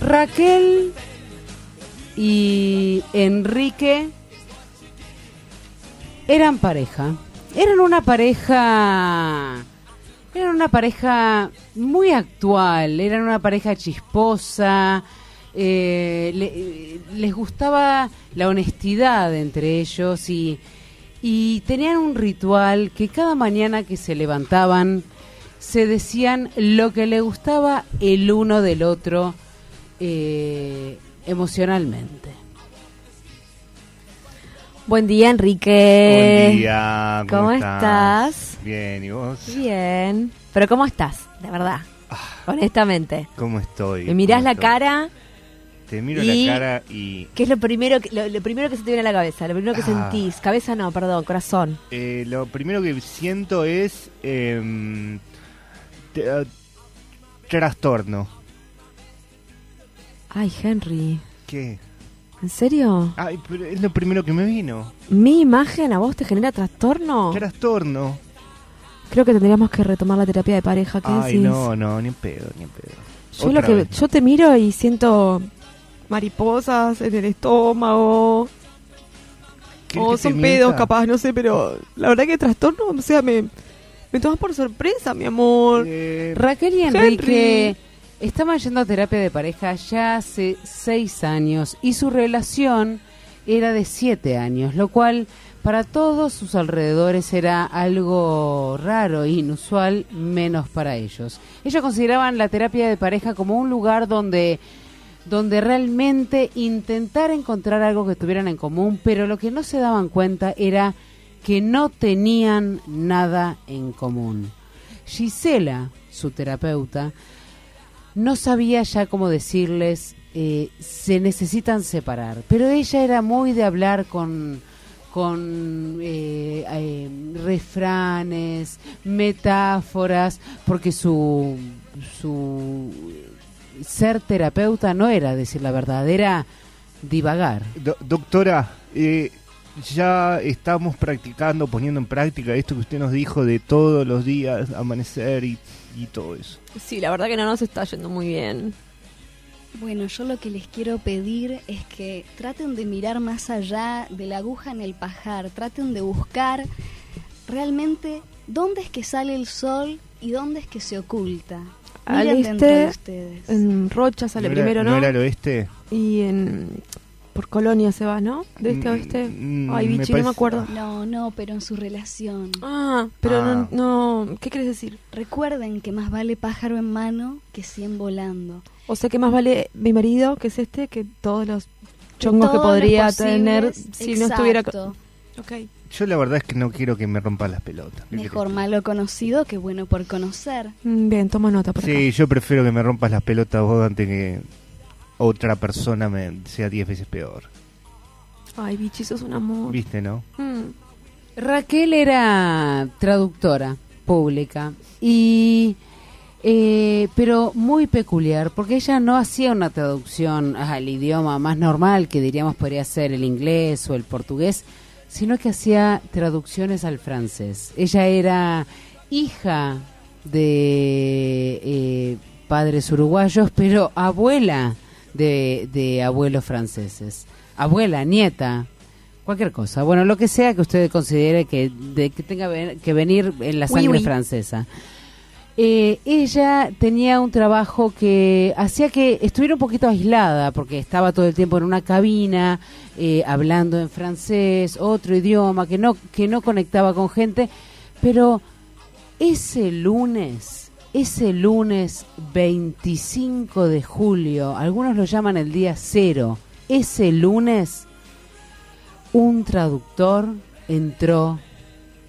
B: Raquel y Enrique eran pareja. Eran una pareja. Eran una pareja muy actual. Eran una pareja chisposa. eh, le- eh, les gustaba la honestidad entre ellos y, y tenían un ritual que cada mañana que se levantaban se decían lo que le gustaba el uno del otro eh, emocionalmente.
E: Buen día, Enrique.
D: Buen día, ¿cómo,
E: ¿Cómo estás?
D: Bien, ¿y vos?
E: Bien. Pero ¿cómo estás? De verdad. Honestamente.
D: Ah. ¿Cómo estoy?
E: Me mirás
D: ¿Cómo
E: la
D: estoy?
E: cara,
D: Te miro
E: y-
D: la cara y
E: que es lo primero que, lo, lo primero que se te viene a la cabeza, lo primero que
D: Ah.
E: sentís. Cabeza no, perdón, corazón.
D: eh, lo primero que siento es em, te- ah, trastorno.
E: Ay, Henry.
D: ¿Qué?
E: ¿En serio?
D: Ay, pero es lo primero que me vino.
E: ¿Mi imagen a vos te genera trastorno?
D: Trastorno.
E: Creo que tendríamos que retomar la terapia de pareja. ¿Qué
D: Ay,
E: decís?
D: no, no, ni en pedo, ni en pedo.
J: Yo,
D: Otra
J: lo que,
D: vez.
J: yo te miro y siento mariposas en el estómago.
D: ¿Querés
J: O
D: que te
J: son pedos,
D: mienta?
J: capaz, no sé, pero la verdad que trastorno, o sea, me, me tomas por sorpresa, mi amor.
B: Raquel y Enrique estaban yendo a terapia de pareja ya hace seis años y su relación era de siete años, lo cual para todos sus alrededores era algo raro e inusual, menos para ellos. Ellos consideraban la terapia de pareja como un lugar donde donde realmente intentar encontrar algo que tuvieran en común, pero lo que no se daban cuenta era que no tenían nada en común. Gisela, su terapeuta, no sabía ya cómo decirles, eh, se necesitan separar, pero ella era muy de hablar con con eh, eh, refranes, metáforas, porque su, su ser terapeuta no era decir la verdad, era divagar.
D: Do- doctora, eh, ya estamos practicando, poniendo en práctica esto que usted nos dijo de todos los días amanecer y, y todo eso.
E: Sí, la verdad que no nos está yendo muy bien.
K: Bueno, yo lo que les quiero pedir es que traten de mirar más allá de la aguja en el pajar, traten de buscar realmente dónde es que sale el sol y dónde es que se oculta.
J: Al
K: Miren dentro de
J: este,
K: ustedes.
J: en Rocha sale
D: ¿No era-
J: primero, ¿no?
D: ¿No era el oeste?
J: Y en por Colonia se va, ¿no? De este a oeste.
D: Mm,
J: Ay,
D: me
J: bichi, no
D: parece-
J: me acuerdo.
K: No, no, pero en su relación.
J: Ah, pero
D: Ah.
J: no, no, ¿qué quieres decir?
K: Recuerden que más vale pájaro en mano que cien volando.
J: O sea, que más vale mi marido, que es este, que todos los chongos que
K: todos los
J: podría
K: posibles,
J: tener si no estuviera...
K: exacto.
J: Ok.
D: Yo la verdad es que no quiero que me rompa las pelotas. ¿Qué
K: Mejor malo conocido que bueno por conocer.
J: Mm, Bien, toma nota por
D: querés? Sí, yo prefiero que me rompas las pelotas vos antes que otra persona me sea diez veces peor.
J: acá. Ay, bichi, sos un amor.
D: ¿Viste, no?
J: Mm.
B: Raquel era traductora pública y eh, pero muy peculiar porque ella no hacía una traducción al idioma más normal que diríamos podría ser el inglés o el portugués, sino que hacía traducciones al francés. Ella era hija de eh, padres uruguayos, pero abuela de, de abuelos franceses. Abuela, nieta, cualquier cosa. Bueno, lo que sea que usted considere que, de- que tenga ven- que venir en la
L: Oui,
B: sangre
L: oui.
B: francesa. Eh, ella tenía un trabajo que hacía que estuviera un poquito aislada, porque estaba todo el tiempo en una cabina, eh, hablando en francés, otro idioma, que no, que no conectaba con gente, pero ese lunes, ese lunes 25 de julio, algunos lo llaman el día cero, ese lunes un traductor entró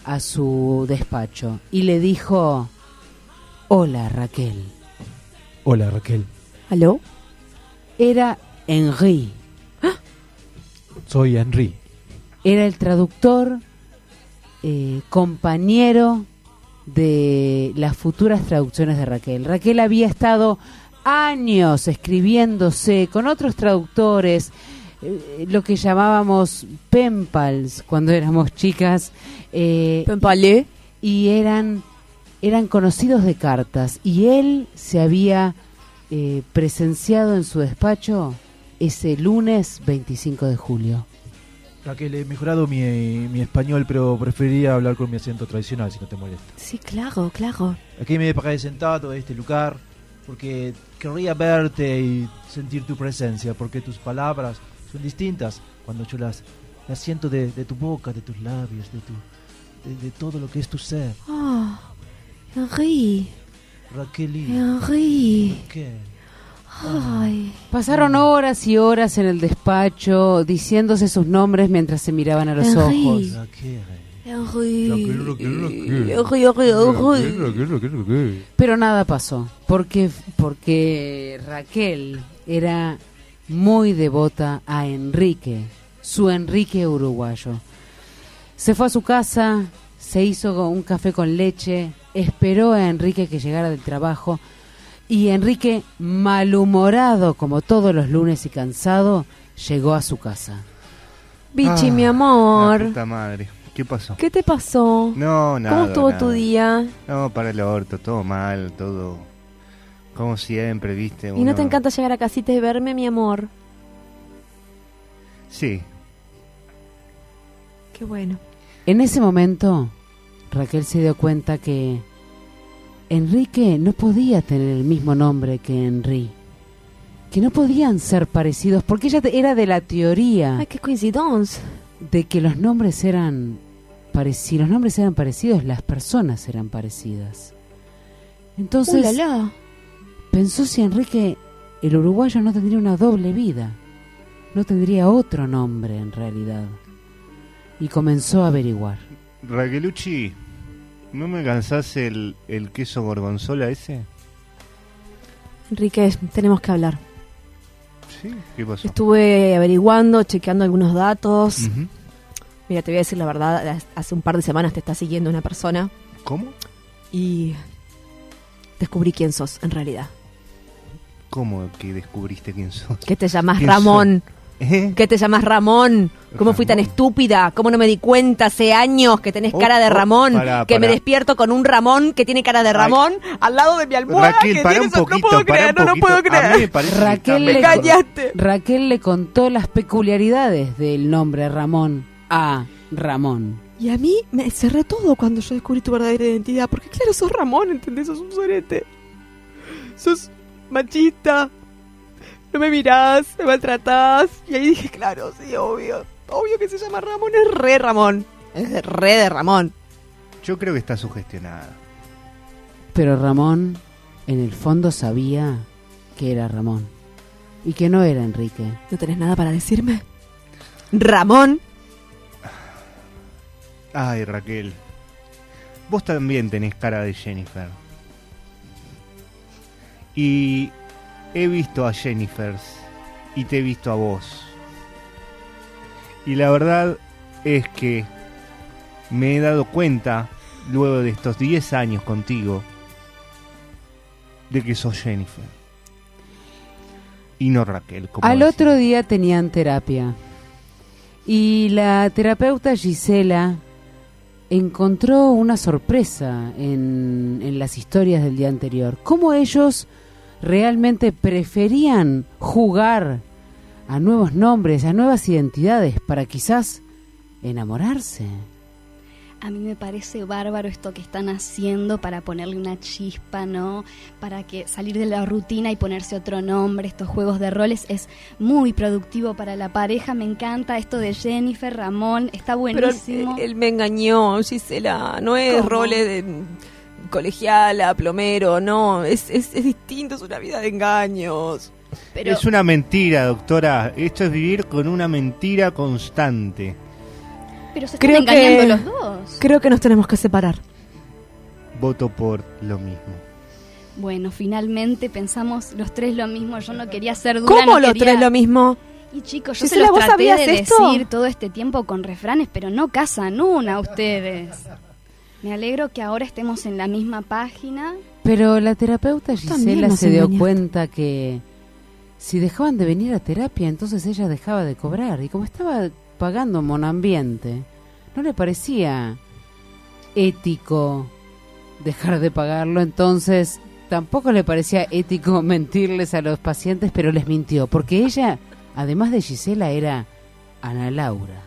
B: a su despacho y le dijo, hola Raquel.
A: Hola, Raquel.
J: ¿Aló?
B: Era Henry,
A: Soy Henry.
B: era el traductor, eh, compañero de las futuras traducciones de Raquel. Raquel había estado años escribiéndose con otros traductores, eh, lo que llamábamos penpals cuando éramos chicas. Eh, Y eran, eran conocidos de cartas. Y él se había eh, presenciado en su despacho ese lunes 25 de julio.
A: Raquel, he mejorado mi, mi español, pero preferiría hablar con mi acento tradicional, si no te molesta.
J: Sí, claro, claro.
A: Aquí me he sentado a este lugar porque querría verte y sentir tu presencia, porque tus palabras son distintas cuando yo las, las siento de, de tu boca, de tus labios, de, tu, de, de todo lo que es tu ser.
J: Ah, Henry,
A: Raquel,
J: Henry.
A: ¿qué?
J: Ay.
B: Pasaron horas y horas en el despacho diciéndose sus nombres mientras se miraban a los
J: Henry.
B: ojos. Pero nada pasó, porque, porque Raquel era muy devota a Enrique, su Enrique uruguayo. Se fue a su casa, se hizo un café con leche, esperó a Enrique que llegara del trabajo y Enrique, malhumorado como todos los lunes y cansado, llegó a su casa.
E: Bichi,
D: Ah,
E: mi amor.
D: la puta madre. ¿Qué pasó?
E: ¿Qué te pasó?
D: No, nada.
E: ¿Cómo estuvo
D: nada.
E: tu día?
D: No, para el orto, todo mal, todo. Como siempre, viste.
E: ¿Y no
D: uno-
E: te encanta llegar a casita y verme, mi amor?
D: Sí.
E: Qué bueno.
B: En ese momento, Raquel se dio cuenta que Enrique no podía tener el mismo nombre que Henry. Que no podían ser parecidos, porque ella te- era de la teoría.
E: Ay, qué coincidencia.
B: De que los nombres eran. pare- Si los nombres eran parecidos, las personas eran parecidas. Entonces.
J: Ulala.
B: Pensó si Enrique, el uruguayo, no tendría una doble vida. No tendría otro nombre en realidad. Y comenzó a averiguar.
D: Raquelucci, ¿no me cansás el, el queso gorgonzola ese?
E: Enrique, tenemos que hablar.
D: Sí. ¿Qué pasó?
E: Estuve averiguando, chequeando algunos datos.
D: Ujú.
E: Mira, te voy a decir la verdad, hace un par de semanas te está siguiendo una persona
D: ¿Cómo?
E: y descubrí quién sos en realidad.
D: ¿Cómo que descubriste quién sos?
E: Que te llamas
D: ¿Quién
E: Ramón.
D: soy? ¿Eh?
E: Que te llamas Ramón. ¿Cómo fui tan estúpida? ¿Cómo no me di cuenta hace años que tenés
D: Oh,
E: cara de
D: oh,
E: Ramón?
D: pará,
E: Que me
D: pará.
E: despierto con un Ramón que tiene cara de Ramón al lado de mi almohada.
D: Raquel,
E: que
D: pará
E: tiene
D: un
E: eso-
D: poquito,
E: no puedo
D: pará
E: creer,
D: un
E: no lo puedo
D: poquito. A mí me
E: creer.
D: parece que
B: Raquel
D: está
B: le,
D: mejor.
B: Raquel le contó las peculiaridades del nombre Ramón a Ramón.
J: Y a mí me cerré todo cuando yo descubrí tu verdadera identidad. Porque claro, sos Ramón, ¿entendés? Sos un sorete. Sos machista. No me mirás, me maltratás. Y ahí dije, claro, sí, obvio. Obvio que se llama Ramón, es re Ramón. Es de re de Ramón.
D: Yo creo que está sugestionada.
B: Pero Ramón, en el fondo, sabía que era Ramón. Y que no era Enrique.
E: ¿No tenés nada para decirme? Ramón.
D: Ay, Raquel. Vos también tenés cara de Jennifer. Y he visto a Jennifer y te he visto a vos. Y la verdad es que me he dado cuenta, luego de estos 10 años contigo, de que sos Jennifer. Y no Raquel, como
B: Al
D: decía.
B: otro día tenían terapia. Y la terapeuta Gisela encontró una sorpresa en, en las historias del día anterior. Cómo ellos realmente preferían jugar a nuevos nombres, a nuevas identidades, para quizás enamorarse.
G: A mí me parece bárbaro esto que están haciendo para ponerle una chispa, ¿no? Para que salir de la rutina y ponerse otro nombre, estos juegos de roles es muy productivo para la pareja, me encanta esto de Jennifer, Ramón, está buenísimo.
J: Pero él, él me engañó, Gisela. No es
G: ¿Cómo?
J: roles de colegiala, plomero, no. Es, es, es distinto, es una vida de engaños.
D: Es una mentira, doctora. Esto es vivir con una mentira constante.
G: Pero se
E: Creo
G: están engañando
E: que-
G: los dos.
E: Creo que nos tenemos que separar.
D: Voto por lo mismo.
G: Bueno, finalmente pensamos los tres lo mismo, yo no quería ser dura.
E: ¿Cómo
G: no
E: los
G: quería-
E: tres lo mismo?
G: Y chicos, yo
E: Gisela,
G: se los
E: ¿vos
G: traté
E: sabías
G: de
E: esto?
G: decir todo este tiempo con refranes, pero no casan una ustedes. Me alegro que ahora estemos en la misma página.
B: Pero la terapeuta Gisela
G: también nos
B: se dio
G: engañaste.
B: cuenta que si dejaban de venir a terapia, entonces ella dejaba de cobrar. Y como estaba pagando Monambiente, no le parecía ético dejar de pagarlo. Entonces Tampoco le parecía ético mentirles a los pacientes, pero les mintió, porque ella, además de Gisela, era Ana Laura.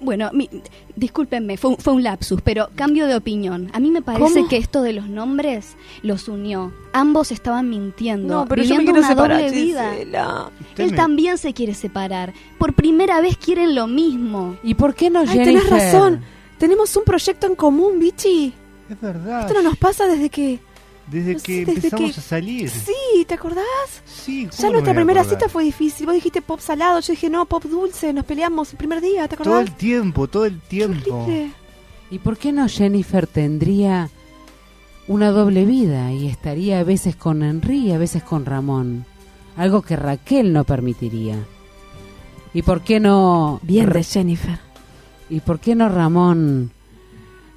K: Bueno, mi- discúlpenme, fue un, fue un lapsus, pero cambio de opinión. A mí me parece
G: ¿Cómo?
K: que esto de los nombres los unió. Ambos estaban mintiendo,
G: No, pero yo me
K: viviendo
G: quiero
K: una
G: separar,
K: doble vida.
G: Gisela. Usted
K: Él
G: me-
K: también se quiere separar. Por primera vez quieren lo mismo.
B: ¿Y por qué no,
K: Ay,
J: tenés razón. Tenemos un proyecto en común, Bichi.
D: Es verdad.
J: Esto no nos pasa desde que...
D: Desde que
J: desde
D: empezamos
J: que-
D: a salir.
J: Sí, ¿te acordás?
D: Sí, ¿cómo
J: Ya
D: no me
J: nuestra
D: voy a
J: primera
D: acordar?
J: cita fue difícil. Vos dijiste pop salado, yo dije no, pop dulce. Nos peleamos el primer día, ¿te
D: Todo
J: acordás?
D: el tiempo, todo el tiempo.
B: ¿Y por qué no Jennifer tendría una doble vida y estaría a veces con Henry y a veces con Ramón? Algo que Raquel no permitiría. ¿Y por qué no...
M: Bien
B: Ra-
M: de Jennifer.
B: ¿Y por qué no Ramón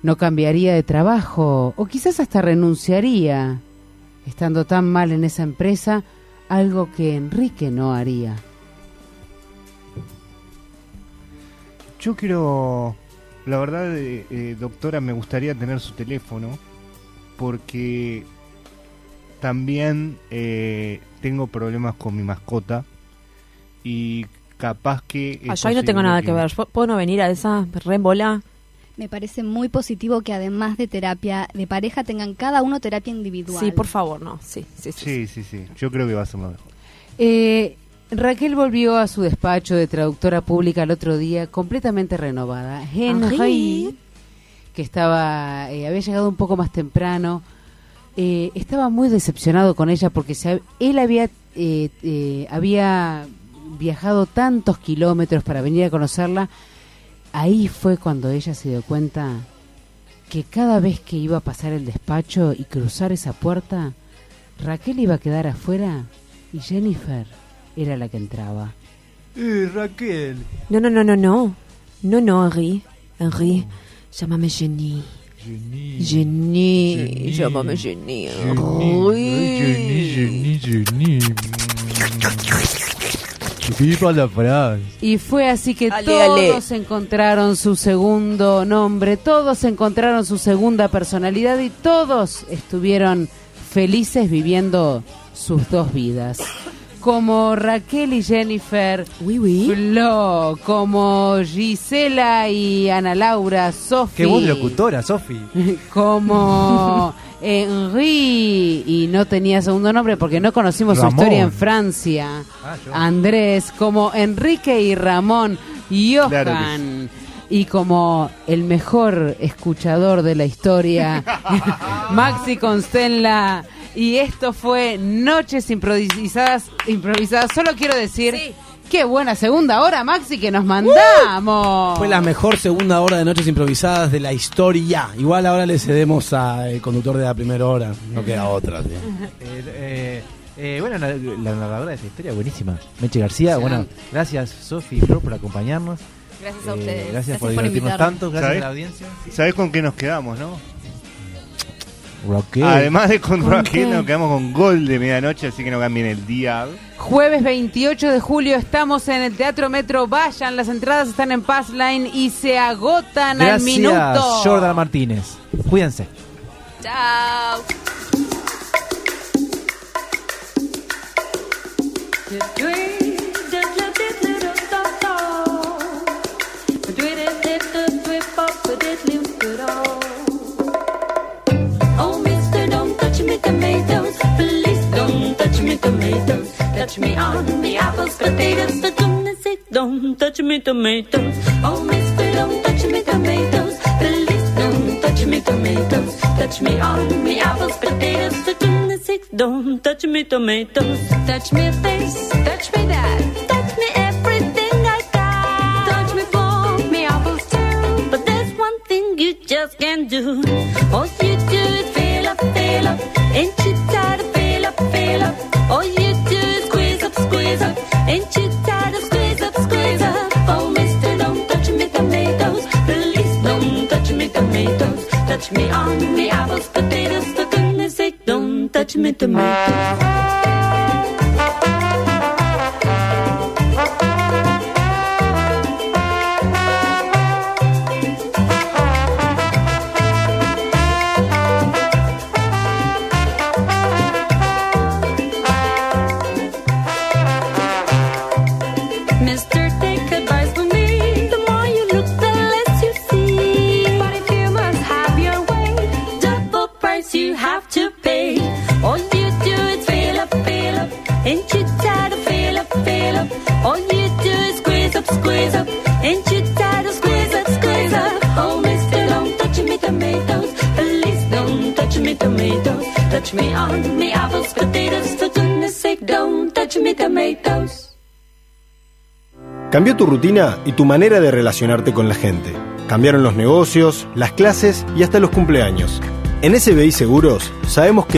B: no cambiaría de trabajo? O quizás hasta renunciaría, estando tan mal en esa empresa, algo que Enrique no haría.
D: Yo quiero, la verdad, eh, eh, doctora, me gustaría tener su teléfono porque también eh, tengo problemas con mi mascota y capaz que...
E: Ah,
D: es
E: yo ahí no tengo
D: posible
E: nada que ver. ¿Puedo- ¿Puedo no venir a esa re bola?
K: Me parece muy positivo que además de terapia de pareja tengan cada uno terapia individual.
E: Sí, por favor, no. Sí, sí, sí.
D: Sí, sí, sí. Yo creo que va a ser lo mejor.
B: Eh, Raquel volvió a su despacho de traductora pública el otro día completamente renovada. Henry,
M: Henry.
B: que estaba eh, había llegado un poco más temprano, eh, estaba muy decepcionado con ella porque se hab- él había eh, eh, había viajado tantos kilómetros para venir a conocerla. Ahí fue cuando ella se dio cuenta que cada vez que iba a pasar el despacho y cruzar esa puerta, Raquel iba a quedar afuera y Jennifer era la que entraba.
N: Eh, Raquel.
M: No, no, no, no, no. No, no, Henry. Henry, llámame Jenny. Jenny. Jenny. Llámame Jenny.
N: né? Jenny, Jenny, Jenny. Viva la Francia.
B: Y fue así que
M: Ale, ale.
B: todos encontraron su segundo nombre, todos encontraron su segunda personalidad y todos estuvieron felices viviendo sus dos vidas. Como Raquel y Jennifer, Flo, como Gisela y Ana Laura, Sofi.
A: Qué voz de locutora, Sofi.
B: como Henry y no tenía segundo nombre porque no conocimos su
A: Ramón.
B: historia en Francia. Andrés como Enrique y Ramón y Johan
M: Claro
B: y como el mejor escuchador de la historia Maxi Constenla y esto fue Noches improvisadas improvisadas solo quiero decir qué buena segunda hora Maxi que nos mandamos
F: Fue la mejor segunda hora de Noches Improvisadas de la historia. Igual ahora le cedemos al conductor de la primera hora. No queda otra. tío.
A: Eh, eh, bueno, la, la narradora de esta historia buenísima. Meche García, bueno, gracias Sofi y Flor por acompañarnos.
E: Gracias a
A: Eh,
E: ustedes.
A: Gracias por divertirnos tanto, gracias a la audiencia.
D: ¿Sabés con qué nos quedamos, no?
A: Raquel.
D: Además de con,
B: ¿Con
D: Raquel,
B: qué?
D: nos quedamos con gol de medianoche, así que no cambien el día.
B: Jueves 28 de julio estamos en el Teatro Metro. Vayan, las entradas están en Passline y se agotan al
A: Gracias
B: minuto.
A: Jordan Martínez. Cuídense.
E: Chao.
H: Oh, mister, don't touch me tomatoes. Please don't touch me tomatoes. Touch me on the apples, potatoes. For goodness sake, don't touch me tomatoes. Oh, mister, don't touch me tomatoes. Please don't touch me tomatoes. Touch me on the apples, potatoes. For goodness sake, don't touch me tomatoes. Touch me face, touch me that. Touch me everything I got. Touch me for me apples too. But there's one thing you just can't do. All you do is fill up, fill up. Ain't you tired of fill up, fill up? All you do is squeeze up, squeeze up. Ain't you tired of squeeze up, squeeze up? Oh, mister, don't touch me tomatoes. Please don't touch me tomatoes. Touch me on the apples, potatoes. For goodness sake, don't touch me tomatoes. Oh, touch me on the apples, potatoes. For goodness sake, don't touch me tomatoes.
F: Cambió tu rutina y tu manera de relacionarte con la gente. Cambiaron los negocios, las clases y hasta los cumpleaños. En SBI Seguros sabemos que...